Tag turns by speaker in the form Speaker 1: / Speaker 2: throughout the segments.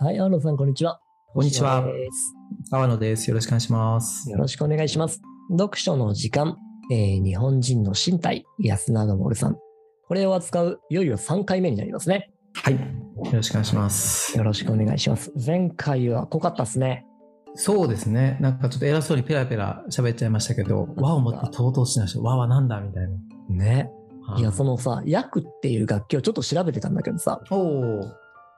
Speaker 1: はい、青野さん、こんにちは。
Speaker 2: こんにちは
Speaker 1: 星野です
Speaker 2: 阿野です。よろしくお願いします。
Speaker 1: よろしくお願いします。読書の時間、えー日本人の身体、安永森さん。これを扱う、いよいよ3回目になりますね。
Speaker 2: はい。よろしくお願いします。
Speaker 1: よろしくお願いします。前回は濃かったですね。
Speaker 2: そうですね。なんかちょっと偉そうにペラペラ喋っちゃいましたけど、和をもってとうとうしない人、和はなんだみたい
Speaker 1: ね。
Speaker 2: な。
Speaker 1: いや、そのさ、薬っていう楽器をちょっと調べてたんだけどさ、
Speaker 2: お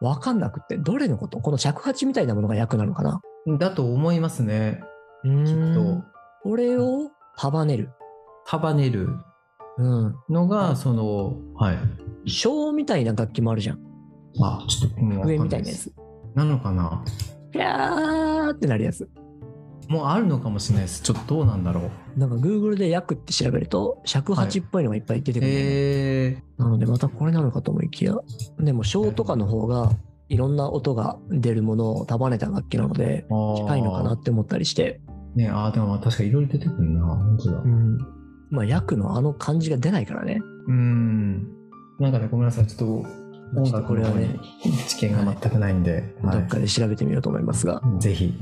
Speaker 1: わかんなくって、どれのことこの尺八みたいなものが薬なのかな
Speaker 2: お、だと思いますね。
Speaker 1: う
Speaker 2: きっ
Speaker 1: ー
Speaker 2: と
Speaker 1: ん。。これを束ねる。
Speaker 2: 束ねる
Speaker 1: うん。
Speaker 2: のが、その、はい。
Speaker 1: 小みたいな楽器もあるじゃん。
Speaker 2: あ、ちょっと、うん
Speaker 1: 笛みたいなや。つ。
Speaker 2: わかんないですなのかな
Speaker 1: ピャーってなるやつ。
Speaker 2: もうあるのかもしれないです。ちょっとどうなんだろう。
Speaker 1: なんか Google で薬って調べると尺八っぽいのがいっぱい出てくる、
Speaker 2: え
Speaker 1: なのでまたこれなのかと思いきやでも小とかの方がいろんな音が出るものを束ねた楽器なので
Speaker 2: ー。あー
Speaker 1: 近いのかなって思ったりして、
Speaker 2: ねあーでも確かにいろいろ出てくるな。本当だ。
Speaker 1: うん、まあ薬のあの感じが出ないからね
Speaker 2: うん。なんかね、ごめんなさい。ちょっと音
Speaker 1: ちょっと
Speaker 2: 楽
Speaker 1: これ
Speaker 2: の
Speaker 1: は
Speaker 2: 方
Speaker 1: ね
Speaker 2: に知見が全くないんで、は
Speaker 1: ど
Speaker 2: い
Speaker 1: っかで調べてみようと思いますが、
Speaker 2: ぜひ。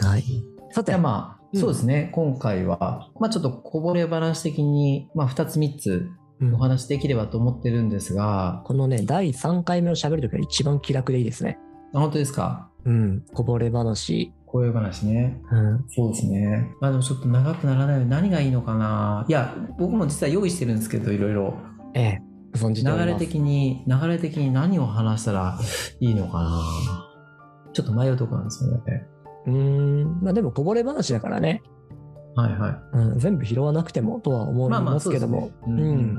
Speaker 1: はい、さ
Speaker 2: じ
Speaker 1: て
Speaker 2: ゃあまあ、
Speaker 1: うん
Speaker 2: そうですね、今回は、まあ、ちょっとこぼれ話的に、まあ、2つ3つ
Speaker 1: うん
Speaker 2: お話しできればと思ってるんですが、
Speaker 1: このね第3回目を喋るときは一番気楽でいいですね
Speaker 2: あ本当ですか
Speaker 1: うんこぼれ話、
Speaker 2: こういう話ね。
Speaker 1: うん、
Speaker 2: そうですね。まあでもちょっと長くならないように何がいいのかな。いや、僕も実は用意してるんですけど、いろいろ。
Speaker 1: ええ存じてお
Speaker 2: 流
Speaker 1: り
Speaker 2: れ
Speaker 1: ます
Speaker 2: 的に、流れ的に何を話したらいいのかな。ちょっと迷うとこなんですよね。
Speaker 1: うーんまあでもこぼれ話だからね
Speaker 2: はいはい。
Speaker 1: うん、全部拾わなくてもとは思いますけども。
Speaker 2: そうですねうん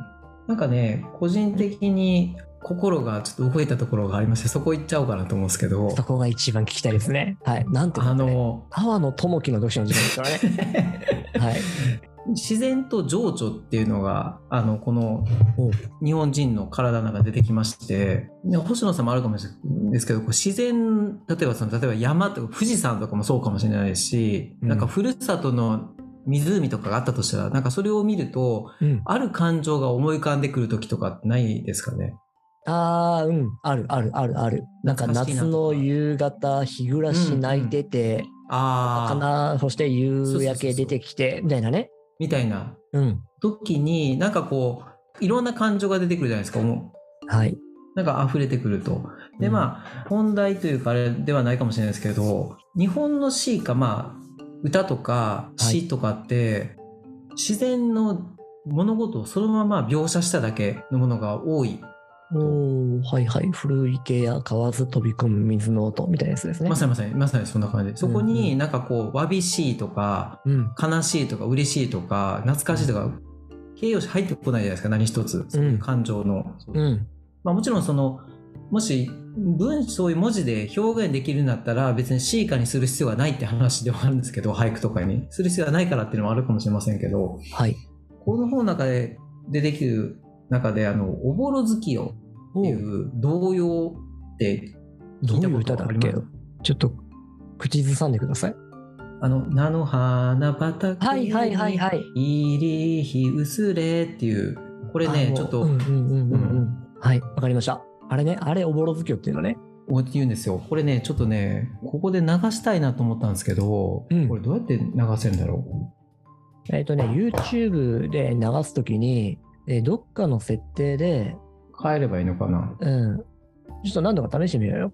Speaker 2: なんかね個人的に心がちょっと動いたところがありましてそこ行っちゃおうかなと思うんですけど
Speaker 1: そこが一番聞きたいですね。はい。なんと、
Speaker 2: あ
Speaker 1: あの、
Speaker 2: の
Speaker 1: 阿野智樹の読書の時間ですからね。 はい。
Speaker 2: 自然と情緒っていうのがあのこの
Speaker 1: お
Speaker 2: 日本人の体の中に出てきましてね星野さんもあるかもしれないですけどこう自然例えばその例えば山とか富士山とかもそうかもしれないし、
Speaker 1: うん
Speaker 2: なんかふるさとの湖とかがあったとしたらなんかそれを見ると
Speaker 1: うん。
Speaker 2: ある感情が思い浮かんでくる時とかってないですかね
Speaker 1: あー、うん。ある、ある、ある、ある。なんか
Speaker 2: 懐かしいな
Speaker 1: 夏の夕方、日暮らし泣いてて、
Speaker 2: あー
Speaker 1: かな、そして夕焼け出てきて、みたいなね。
Speaker 2: みたいな
Speaker 1: うん。
Speaker 2: 時になんかこういろんな感情が出てくるじゃないですかも
Speaker 1: はい。
Speaker 2: うなんか溢れてくるとでまあ本題というかあれではないかもしれないですけど日本の詩かまあ歌とか
Speaker 1: はい
Speaker 2: 詩とかって、自然の物事をそのまま描写しただけのものが多い、
Speaker 1: おー、はいはい。古池や河津飛び込む水の音みたいなやつですね
Speaker 2: ま。さにまさにまさにそんな感じそこ
Speaker 1: うんう
Speaker 2: になんかこうわびしいとか
Speaker 1: うん。
Speaker 2: 悲しいとか嬉しいとか懐かしいとか形容詞入ってこないじゃないですか何一つそういう感情の、
Speaker 1: うん。
Speaker 2: まあ、もちろんそのもし文そういう文字で表現できるんだったら別に詩歌にする必要はないって話ではあるんですけど俳句とかにする必要はないからっていうのもあるかもしれませんけど
Speaker 1: はい。
Speaker 2: この本の中で出てきる中で「あのおぼろ月夜」ってい
Speaker 1: おー
Speaker 2: う童謡って
Speaker 1: ど
Speaker 2: 聞
Speaker 1: う
Speaker 2: い
Speaker 1: い
Speaker 2: た
Speaker 1: う歌
Speaker 2: こと
Speaker 1: だ
Speaker 2: あ
Speaker 1: っ
Speaker 2: り
Speaker 1: け
Speaker 2: ます
Speaker 1: ちょっと口ずさんでください。
Speaker 2: あの「菜の花畑に
Speaker 1: はいはいはいはい。
Speaker 2: 入り日薄れ」っていうこれね
Speaker 1: あ
Speaker 2: ちょっ
Speaker 1: も
Speaker 2: と
Speaker 1: ううんうんうんうんうん。はい、わかりました。あれね、あれ、おぼろ月夜っていうのね。
Speaker 2: おって言うんですよ。これね、ちょっとね、ここで流したいなと思ったんですけど、
Speaker 1: うん
Speaker 2: これどうやって流せるんだろ
Speaker 1: えっ、とね、YouTube で流すときに、えーどっかの設定で、
Speaker 2: う変えればいいのかな
Speaker 1: うん、ちょっと何度か試してみようよ。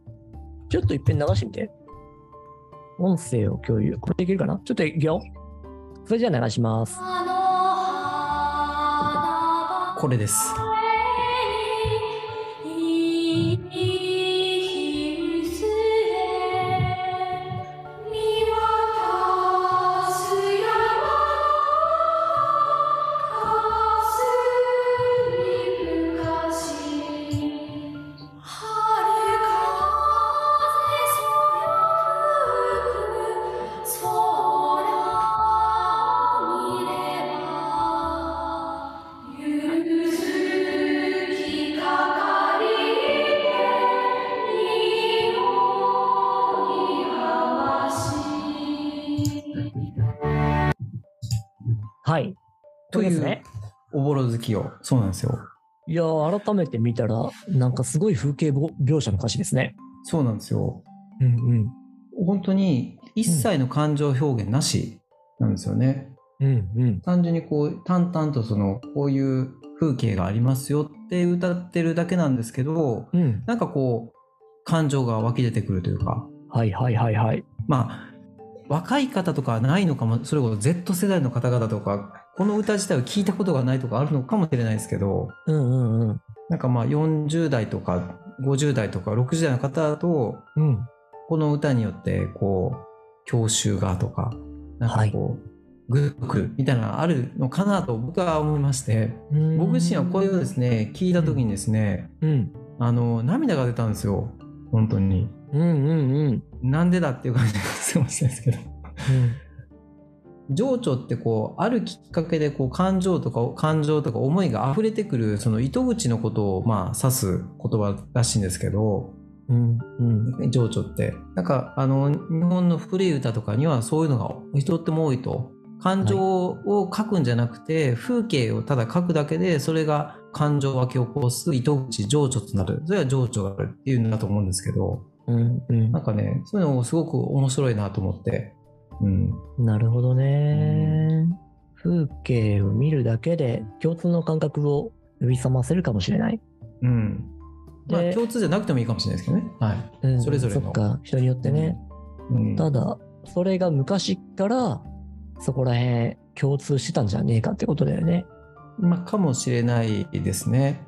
Speaker 1: ちょっといっぺん流してみて。音声を共有。これでいけるかなちょっといくよ。それじゃあ流します。
Speaker 2: これです。
Speaker 1: はい。これですね。
Speaker 2: おぼろ月夜。そうなんですよ。
Speaker 1: いやー改めて見たら、なんかすごい風景ぼ描写の歌詞ですね。
Speaker 2: そうなんですよ。
Speaker 1: うんうん。
Speaker 2: 本当に一切の感情表現なしなんですよね。
Speaker 1: うんうん。
Speaker 2: 単純にこう淡々とそのこういう風景がありますよって歌ってるだけなんですけど
Speaker 1: うん。
Speaker 2: なんかこう感情が湧き出てくるというか
Speaker 1: はいはいはいはい。
Speaker 2: まあ若い方とかはないのかもそれこそ Z 世代の方々とかこの歌自体を聞いたことがないとかあるのかもしれないですけど
Speaker 1: うんうんうん。
Speaker 2: なんかまあ40代とか50代とか60代の方だと
Speaker 1: うん。
Speaker 2: この歌によってこう郷愁がとかなんかこう、グッとくるみたいなのあるのかなと僕は思いまして僕自身はこれをですね聞いた時にですね、
Speaker 1: うん。
Speaker 2: あの涙が出たんですよ本当に
Speaker 1: うんうんうん。
Speaker 2: なんでだっていう感じがすいませんですけど情緒ってこうあるきっかけでこう感情とか感情とか思いが溢れてくるその糸口のことをまあ指す言葉らしいんですけど
Speaker 1: うんうん。
Speaker 2: 情緒ってなんかあの日本の古い歌とかにはそういうのが人っても多いと感情を書くんじゃなくて、風景をただ書くだけでそれが感情を湧き起こす糸口情緒となるそれは情緒があるっていうんだと思うんですけど
Speaker 1: うん
Speaker 2: なんかねそういうのもすごく面白いなと思って、うん、
Speaker 1: うん。なるほどね。風景を見るだけで共通の感覚を呼び覚ませるかもしれない。
Speaker 2: うん。ま
Speaker 1: で
Speaker 2: あ、共通じゃなくてもいいかもしれないですけどね。はい。
Speaker 1: うん
Speaker 2: それぞれの
Speaker 1: そっか、人によってね。
Speaker 2: うん。
Speaker 1: ただ、それが昔からそこら辺共通してたんじゃねえかってことだよね。
Speaker 2: まあ、かもしれないですね。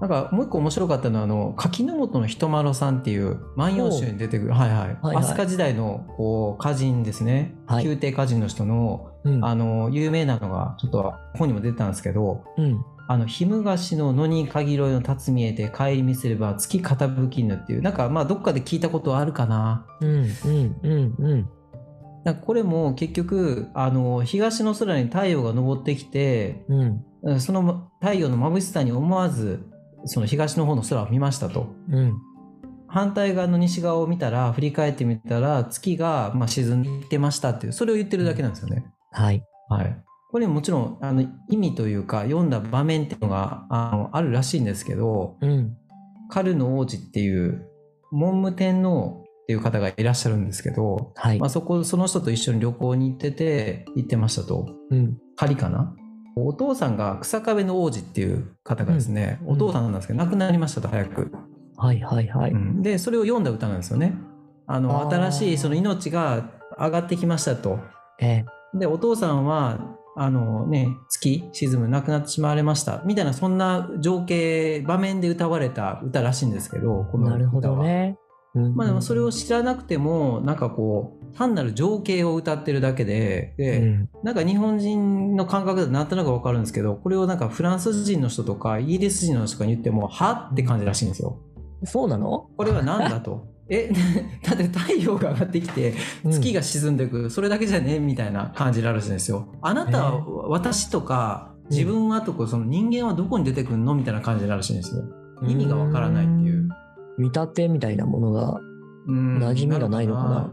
Speaker 2: なんか、もう一個面白かったのは、あの、柿の本のひとまろさんっていう、万葉集に出てくる、はいはい。
Speaker 1: はい
Speaker 2: 飛鳥時代の、こう、歌人ですね。
Speaker 1: はい
Speaker 2: 宮廷歌人の人の、
Speaker 1: うん。
Speaker 2: あの、有名なのが、ちょっと、本にも出てたんですけど、
Speaker 1: うん。
Speaker 2: あの、ひむがしの野に限ろいの辰見えて、帰り見せれば月傾きぬっていう、なんか、まあ、どっかで聞いたことあるかな。
Speaker 1: うん。うん。うん。うん。
Speaker 2: なんかこれも結局あの東の空に太陽が昇ってきて
Speaker 1: うん。
Speaker 2: うんその太陽の眩しさに思わずその東の方の空を見ましたと
Speaker 1: うん。
Speaker 2: 反対側の西側を見たら振り返ってみたら月がまあ沈んでいってましたっていうそれを言ってるだけなんですよね。
Speaker 1: はい。
Speaker 2: はい、これもちろんあの意味というか読んだ場面っていうのがあのあるらしいんですけど
Speaker 1: うん。
Speaker 2: カルの王子っていう文武天皇っていう方がいらっしゃるんですけど
Speaker 1: はい
Speaker 2: まあ、。そこその人と一緒に旅行に行ってて行ってましたと
Speaker 1: うん。
Speaker 2: 狩りかなお父さんが草壁の王子っていう方がですね、
Speaker 1: うん
Speaker 2: お父さんなんですけど亡くなりましたと早く、。
Speaker 1: はい。はい。はいう
Speaker 2: んでそれを読んだ歌なんですよねあの
Speaker 1: あー
Speaker 2: 新しいその命が上がってきましたと
Speaker 1: え
Speaker 2: でお父さんはあのね月沈む亡くなってしまわれましたみたいなそんな情景場面で歌われた歌らしいんですけどこ
Speaker 1: ー
Speaker 2: の歌は
Speaker 1: なるほどね。うん
Speaker 2: まあでもそれを知らなくてもなんかこう単なる情景を歌ってるだけで
Speaker 1: う
Speaker 2: で、
Speaker 1: ん。
Speaker 2: なんか日本人の感覚だとなんとなくわかるんですけどこれをなんかフランス人の人とかイギリス人の人とかに言ってもはって感じらしいんですよ。
Speaker 1: そうなの
Speaker 2: これは何だとえ だって太陽が上がってきて月
Speaker 1: が。
Speaker 2: が沈んでいく、それだけじゃねみたいな感じになるらしいんですよ。あなた
Speaker 1: へえ
Speaker 2: は私とか自分はとかその人間はどこに出てくるのみたいな感じになるらしいんですよ。意味がわからないっていう。
Speaker 1: 見立てみたいなものが。
Speaker 2: うん
Speaker 1: 馴染みがないのかな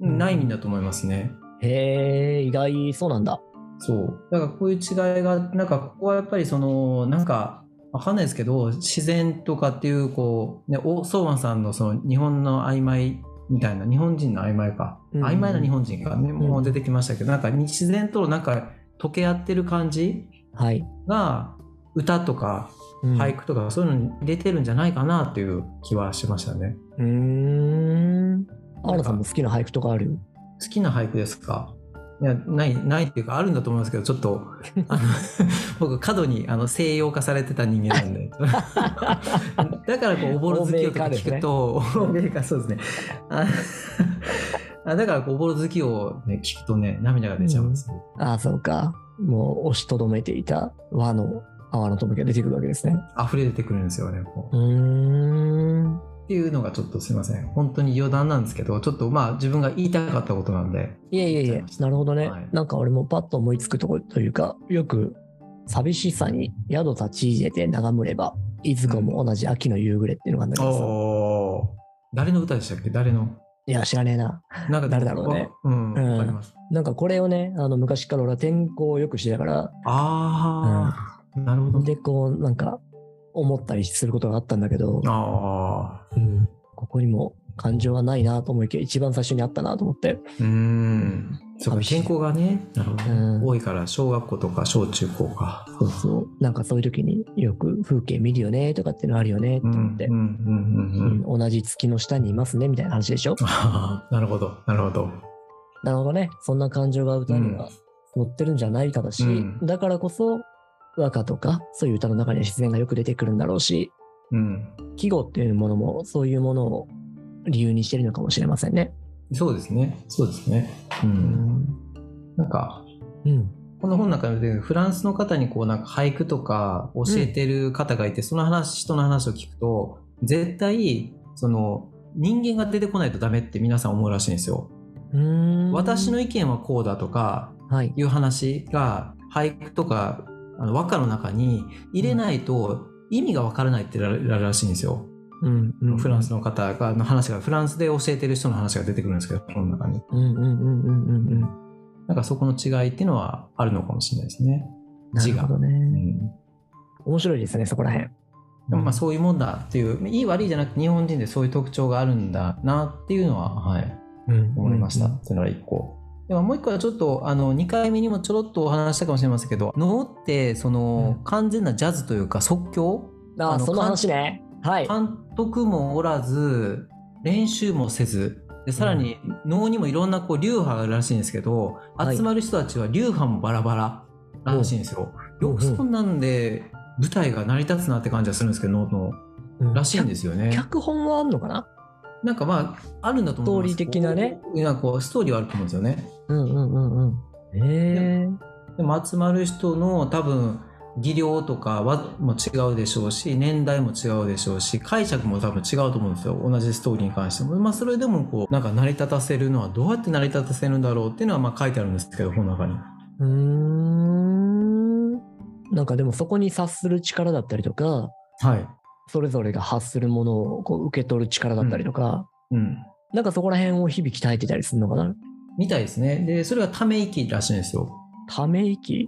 Speaker 2: うんないんだと思いますね。
Speaker 1: へえ、意外そうなんだ。
Speaker 2: そう。だからこういう違いが、なんかここはやっぱりその、なんか、わかんないですけど、自然とかっていう、こう、ね、お、ソーマンさんのその日本の曖昧みたいな、日本人の曖昧か。
Speaker 1: うん
Speaker 2: 曖昧な日本人かね、
Speaker 1: ん
Speaker 2: もう出てきましたけど、なんか自然となんか溶け合ってる感じ
Speaker 1: はい。
Speaker 2: が、歌とか
Speaker 1: うん
Speaker 2: 俳。句とかそういうのに入れてるんじゃないかなっていう気はしましたね。
Speaker 1: うーん。アラさんも好きな俳句とかある
Speaker 2: 好きな俳句ですかいやないないっていうかあるんだと思いますけどちょっと あの僕過度にあの西洋化されてた人間なん でだからこうおぼろ好きをとか聞くと欧米化そうですねあ あだからこうおぼろ好きを、ね、聞くとね涙が出ちゃうんですよ、
Speaker 1: ああ、そうか。もう押しとどめていた和の泡の時が出てくるわけですね。
Speaker 2: 溢れ出てくるんですよねこ
Speaker 1: う
Speaker 2: う
Speaker 1: ーん。
Speaker 2: っていうのがちょっとすいません本当に余談なんですけどちょっとまあ自分が言いたかったことなんで
Speaker 1: いえいえい
Speaker 2: 言っちゃ
Speaker 1: え
Speaker 2: いまし、た
Speaker 1: なるほどね。
Speaker 2: はい
Speaker 1: なんか俺もパッと思いつくとこというか、よく寂しさに宿立ち入れて眺めれば、いずこも同じ秋の夕暮れっていうのがあるんだけどさ
Speaker 2: おー誰の歌でしたっけ誰の
Speaker 1: いや、知らねえな。
Speaker 2: なんか
Speaker 1: 誰だろうね
Speaker 2: うん
Speaker 1: うん
Speaker 2: わかります
Speaker 1: なんかこれをね、あの昔から俺は天候をよくしてたから、
Speaker 2: ああ、なるほど。
Speaker 1: で、こう、なんか思ったりすることがあったんだけど、
Speaker 2: ああ、
Speaker 1: うんここにも感情はないなと思いきや、一番最初にあったなと思って。
Speaker 2: うーん。そうか、
Speaker 1: 寂しい
Speaker 2: 健康がね、なるほど
Speaker 1: うん
Speaker 2: 多いから、小学校とか小中高か。
Speaker 1: そうそう。なんかそういう時によく風景見るよねとかっていうのあるよねって
Speaker 2: うん、う
Speaker 1: 思っ
Speaker 2: ん、
Speaker 1: て
Speaker 2: うん、う、ん、
Speaker 1: うん同じ月の下にいますねみたいな話でしょ。
Speaker 2: うん。なるほど、なるほど。
Speaker 1: なるほどね。そんな感情が歌には乗ってるんじゃないかだし、
Speaker 2: うん
Speaker 1: だからこそ和歌とかそういう歌の中には自然がよく出てくるんだろうし、
Speaker 2: うん。
Speaker 1: 季語っていうものもそういうものを理由にしてるのかもしれませんね。
Speaker 2: そうですね、そうですね。う。
Speaker 1: うんん。
Speaker 2: なんか、
Speaker 1: うん。
Speaker 2: この本の中でフランスの方にこうなんか俳句とか教えてる方がいて、その話人の話を聞くと絶対その人間が出てこないとダメって皆さん思うらしいんですよ。
Speaker 1: うーん
Speaker 2: 私の意見はこうだとか
Speaker 1: はい。
Speaker 2: いう話が俳句とかあの和歌の中に入れないと意味がわからないってられられるらしいんですよ。
Speaker 1: うん、うん。
Speaker 2: フランスの方がの話がフランスで教えてる人の話が出てくるんですけどこの中に。
Speaker 1: うんうんうんうんうんうん。
Speaker 2: なんかそこの違いっていうのはあるのかもしれないですね。
Speaker 1: なるほど
Speaker 2: う
Speaker 1: ね。
Speaker 2: ん
Speaker 1: 面白いですね、そこら辺。
Speaker 2: でもまあそういうもんだっていういい悪いじゃなくて日本人でそういう特徴があるんだなっていうのは、はい、
Speaker 1: うん
Speaker 2: 思いました、っていうのが1個でももう1個はちょっとあの2回目にもちょろっとお話ししたかもしれませんけど能ってその、
Speaker 1: うん
Speaker 2: 完全なジャズというか即興
Speaker 1: あ
Speaker 2: あ
Speaker 1: あ、
Speaker 2: の
Speaker 1: その話ね。はい。
Speaker 2: 監督もおらず練習もせずでさらに能にもいろんなこう流派があるらしいんですけど、
Speaker 1: はい
Speaker 2: 集まる人たちは流派もバラバラらしいんですよ、
Speaker 1: うん
Speaker 2: よくそんなんで舞台が成り立つなって感じはするんですけど能の。
Speaker 1: うん
Speaker 2: らしいんですよね。
Speaker 1: 脚本はあんのかな
Speaker 2: なんかまああるんだと思います
Speaker 1: ストーリー的なね。
Speaker 2: こうなんかこうストーリーはあると思うんですよね。
Speaker 1: うんうんうんうん。へえ。
Speaker 2: でも集まる人の多分技量とかはも違うでしょうし年代も違うでしょうし解釈も多分違うと思うんですよ同じストーリーに関しても、まあ、それでもこうなんか成り立たせるのはどうやって成り立たせるんだろうっていうのはまあ書いてあるんですけど本の中に。
Speaker 1: うーん。なんかでもそこに察する力だったりとか、
Speaker 2: はい、
Speaker 1: それぞれが発するものをこう受け取る力だったりとか、
Speaker 2: うん
Speaker 1: なんかそこら辺を日々鍛えてたりするのかな
Speaker 2: みたいですね。でそれがため息らしいんですよ。
Speaker 1: ため息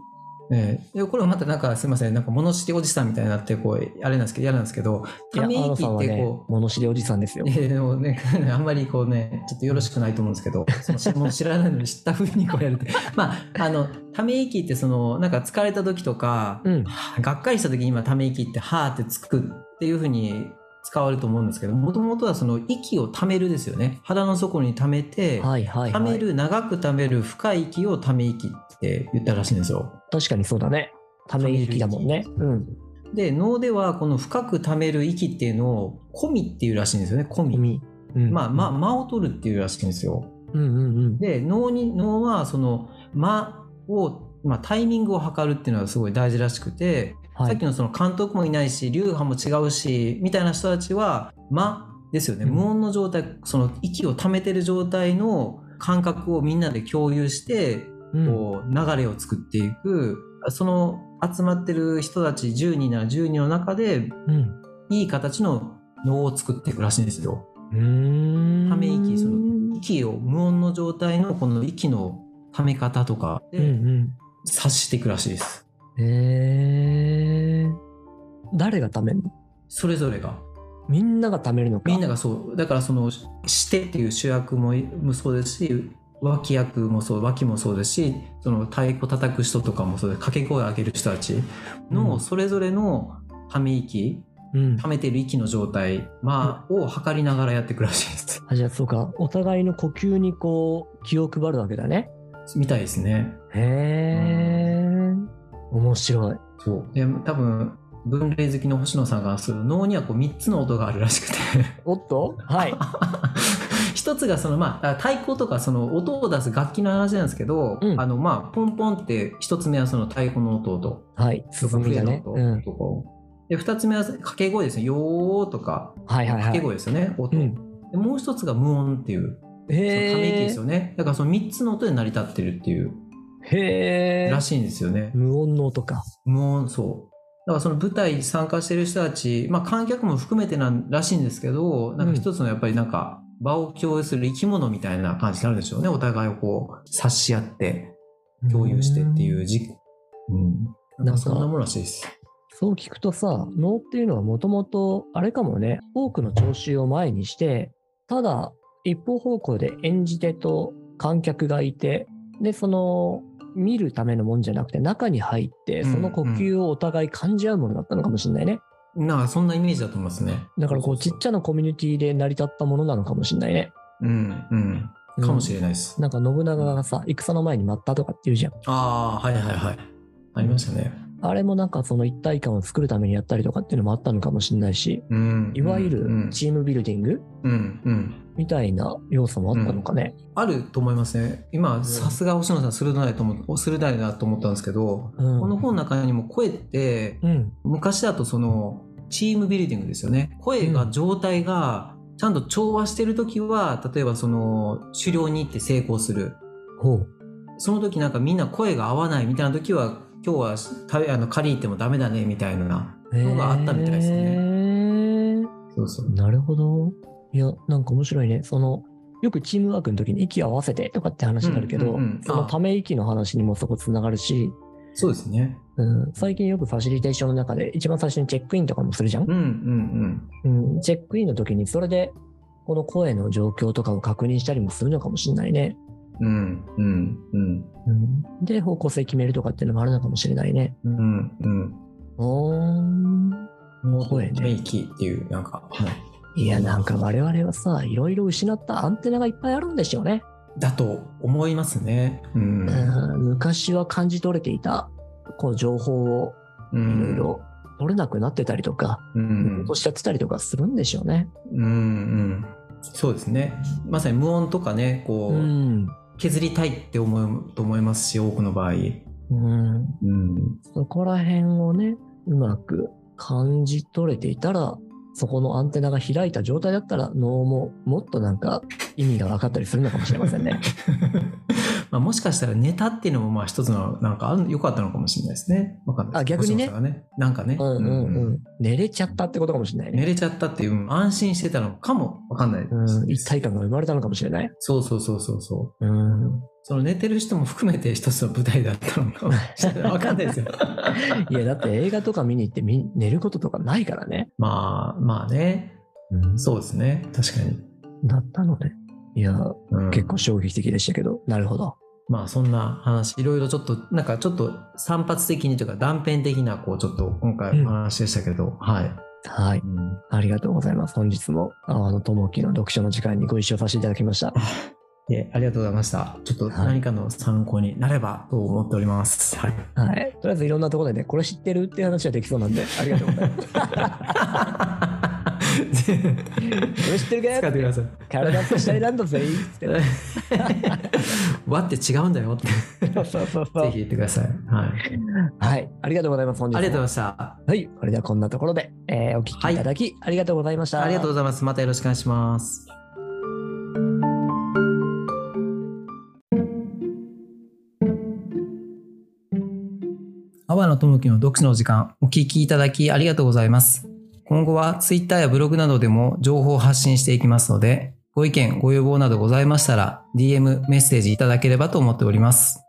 Speaker 2: ええでこれまたなんかすいませんなんか物知りおじさんみたいになってこうあれなんですけど嫌なんですけど
Speaker 1: い
Speaker 2: た
Speaker 1: や、
Speaker 2: め息
Speaker 1: あ
Speaker 2: っ
Speaker 1: のさんは
Speaker 2: て
Speaker 1: ね
Speaker 2: こう、
Speaker 1: 物知りおじさんですよ。
Speaker 2: いやでもね、 あんまりこうね、ちょっとよろしくないと思うんですけど、そのしもう知らないのに知ったふうにこうやるって。 まあ、あの、ため息ってその、なんか疲れた時とか、
Speaker 1: うん。
Speaker 2: がっかりした時に今ため息って、はーってつくっていうふうに使われると思うんですけど、もともとはその息をためるですよね。腹の底にためて、
Speaker 1: はいはい、はい。
Speaker 2: ためる、長くためる、深い息をため息って言ったらしいんですよ。
Speaker 1: 確かにそうだね。ため息だもんね。うん。
Speaker 2: で、脳ではこの深くためる息っていうのを、込みっていうらしいんですよね、込み。
Speaker 1: 耳。うん
Speaker 2: まあ、まあ、、間を取るっていうらしいんですよ。
Speaker 1: うんうんうん。
Speaker 2: で脳に脳はその間を、まあ、タイミングを測るっていうのはすごい大事らしくて、
Speaker 1: は
Speaker 2: さっ
Speaker 1: い
Speaker 2: き。のその監督もいないし流派も違うしみたいな人たちは間ですよね、
Speaker 1: うん
Speaker 2: 無音の状態その息を溜めてる状態の感覚をみんなで共有して
Speaker 1: うん
Speaker 2: こう流れを作っていく、その集まってる人たち10人なら10人の中で
Speaker 1: うん
Speaker 2: いい形の脳を作っていくらしいんですよ。
Speaker 1: うーん。
Speaker 2: ため息その
Speaker 1: うん
Speaker 2: 息を無音の状態のこの息のため方とか
Speaker 1: う
Speaker 2: で
Speaker 1: ん。
Speaker 2: 察していくらしいです、
Speaker 1: へえ。誰がためるの
Speaker 2: それぞれが
Speaker 1: みんながためるのか。
Speaker 2: みんながそうだからそのししてっていう主役ももそうですし脇役もそう脇もそうですしその太鼓叩く人とかもそうです掛け声上げる人たち
Speaker 1: うん
Speaker 2: のそれぞれのため息
Speaker 1: うん。
Speaker 2: ためてる息の状態、まあ、を測りながらやっていくらしいです
Speaker 1: あ、じゃあそうか。お互いの呼吸にこう、気を配るわけだね。
Speaker 2: みたいですね
Speaker 1: へえ。面白い。
Speaker 2: そうで多分分類好きの星野さんがする脳にはこう3つの音があるらしくて
Speaker 1: おっとはい。
Speaker 2: 一つがそのまあ太鼓とかその音を出す楽器の話なんですけど、
Speaker 1: うん
Speaker 2: あのまあポンポンって一つ目はその太鼓の音と
Speaker 1: はい。進みだね。
Speaker 2: とか
Speaker 1: う
Speaker 2: 笛の音
Speaker 1: ん。
Speaker 2: とかをで二つ目は掛け声ですね「よー」とか
Speaker 1: はいはい
Speaker 2: 掛
Speaker 1: は
Speaker 2: け
Speaker 1: い。
Speaker 2: 声ですよね、音、
Speaker 1: うん。
Speaker 2: でもう一つが無音っていうそのため息
Speaker 1: へ
Speaker 2: で
Speaker 1: え
Speaker 2: す。よねだからその三つの音で成り立ってるっていう
Speaker 1: へえ
Speaker 2: ら。しいんですよね、
Speaker 1: 無音の音か。
Speaker 2: 無音そうだからその舞台に参加してる人たち、まあ、観客も含めてなんらしいんですけどなんか一つのやっぱりなんか場を共有する生き物みたいな感じになるんでしょうねお互いをこう察し合って共有してっていうじ、うん、なんかそんなものらしいです
Speaker 1: そう聞くとさ、能っていうのはもともと、あれかもね、多くの聴衆を前にして、ただ、一方方向で演じ手と観客がいて、で、その、見るためのもんじゃなくて、中に入って、その呼吸をお互い感じ合うものだったのかもしれないね。
Speaker 2: なんかそんなイメージだと思いますね。
Speaker 1: だから、こう、ちっちゃなコミュニティで成り立ったものなのかもしれないね。
Speaker 2: うんうん。かもしれないです。
Speaker 1: なんか、信長がさ、戦の前に待ったとかって言うじゃん。
Speaker 2: ああ、はいはいはい。ありましたね。
Speaker 1: あれもなんか、その一体感を作るためにやったりとかっていうのもあったのかもしれないし、
Speaker 2: うん。
Speaker 1: いわゆ
Speaker 2: う
Speaker 1: る
Speaker 2: ん
Speaker 1: チームビルディング
Speaker 2: うんうん。
Speaker 1: みたいな要素もあったのかね。
Speaker 2: あると思いますね。今、さすが星野さん鋭いと思う鋭いなと思ったんですけど、
Speaker 1: うん
Speaker 2: この本の中にも声って
Speaker 1: うん。
Speaker 2: 昔だとそのチームビルディングですよね声
Speaker 1: う
Speaker 2: が
Speaker 1: ん
Speaker 2: 状態がちゃんと調和してる時は例えばその狩猟に行って成功する
Speaker 1: ほう。
Speaker 2: その時なんかみんな声が合わないみたいな時は今日はたあの狩り行ってもダメだねみたいなのがあったみたいです
Speaker 1: へ
Speaker 2: ね。
Speaker 1: ー
Speaker 2: そうそう
Speaker 1: なるほど。いや、なんか面白いね。その、よくチームワークの時に息合わせてとかって話になるけど、
Speaker 2: うんうんうん
Speaker 1: そのため息の話にもそこつながるし、
Speaker 2: そうですね。
Speaker 1: うん、最近よくファシリテーションの中で一番最初にチェックインとかもするじゃん
Speaker 2: う、んうん
Speaker 1: うん、チェックインの時にそれで、この声の状況とかを確認したりもするのかもしれないね。
Speaker 2: うんうんうんうん
Speaker 1: うん、で、方向性決めるとかっていうのもあるのかもしれないね。
Speaker 2: うんうん。
Speaker 1: うーん。声
Speaker 2: ため
Speaker 1: ね。
Speaker 2: 息っていうなんか、はい
Speaker 1: いや、なんか我々はさ、いろいろ失ったアンテナがいっぱいあるんでしょうね。
Speaker 2: だと思いますね。うん。
Speaker 1: うん昔は感じ取れていたこう情報を
Speaker 2: う
Speaker 1: い
Speaker 2: ん
Speaker 1: ろいろ取れなくなってたりとか、
Speaker 2: うん
Speaker 1: 落としちゃってたりとかするんでしょうね。
Speaker 2: うんうん、そうですねまさに無音とかねこう、
Speaker 1: うん、
Speaker 2: 削りたいって思うと思いますし多くの場合、
Speaker 1: うん、
Speaker 2: うん、
Speaker 1: そこら辺をねうまく感じ取れていたらそこのアンテナが開いた状態だったら脳ももっとなんか意味が分かったりするのかもしれませんね。
Speaker 2: まあもしかしたらネタっていうのもまあ一つのなんかあん良かったのかもしれないですねわかんない
Speaker 1: あ逆にね
Speaker 2: 星野さんがなんかね、
Speaker 1: うんうん
Speaker 2: う
Speaker 1: う
Speaker 2: んうん
Speaker 1: ん、寝れちゃったってことかもしれない
Speaker 2: 寝
Speaker 1: ね。
Speaker 2: れちゃったっていううん安心してたのかもわかんないです、
Speaker 1: うん、一体感が生まれたのかもしれない。
Speaker 2: そうそうそうそうそう
Speaker 1: うん、
Speaker 2: その寝てる人も含めて一つの舞台だったのかもしれないわかんないですよ
Speaker 1: いやだって映画とか見に行ってみ寝ることとかないからね。
Speaker 2: まあまあねそうですね確かに、
Speaker 1: だったので。いや、
Speaker 2: うん
Speaker 1: 結構衝撃的でしたけど、なるほど。
Speaker 2: まあそんな話いろいろちょっとなんかちょっと散発的にというか断片的なこうちょっと今回お話でしたけど、はい、
Speaker 1: はい。ありがとうございます。本日も、あの、ともきの読書の時間にご一緒させていただきました。
Speaker 2: いえありがとうございましたちょっと何かの参考になればと思っております、はい、
Speaker 1: はい。とりあえずいろんなところでね、これ知ってるっていう話はできそうなんで、ありがとうございます。これ知ってる
Speaker 2: 使
Speaker 1: か
Speaker 2: っ
Speaker 1: って
Speaker 2: く
Speaker 1: て
Speaker 2: ださい
Speaker 1: 体と下になんだぜ つって。
Speaker 2: 和って違うんだよって
Speaker 1: そうそうそうそ
Speaker 2: ぜ
Speaker 1: う
Speaker 2: ひ。言ってください、はい、
Speaker 1: はい。ありがとうございます。本日も
Speaker 2: ありがとうございました
Speaker 1: はい。それではこんなところで、えーお聞きいただき、ありがとうございました。
Speaker 2: ありがとうございますまたよろしくお願いします阿波野智樹の読書の時間お聞きいただきありがとうございます今後は Twitter やブログなどでも情報を発信していきますのでご意見ご要望などございましたら DM メッセージいただければと思っております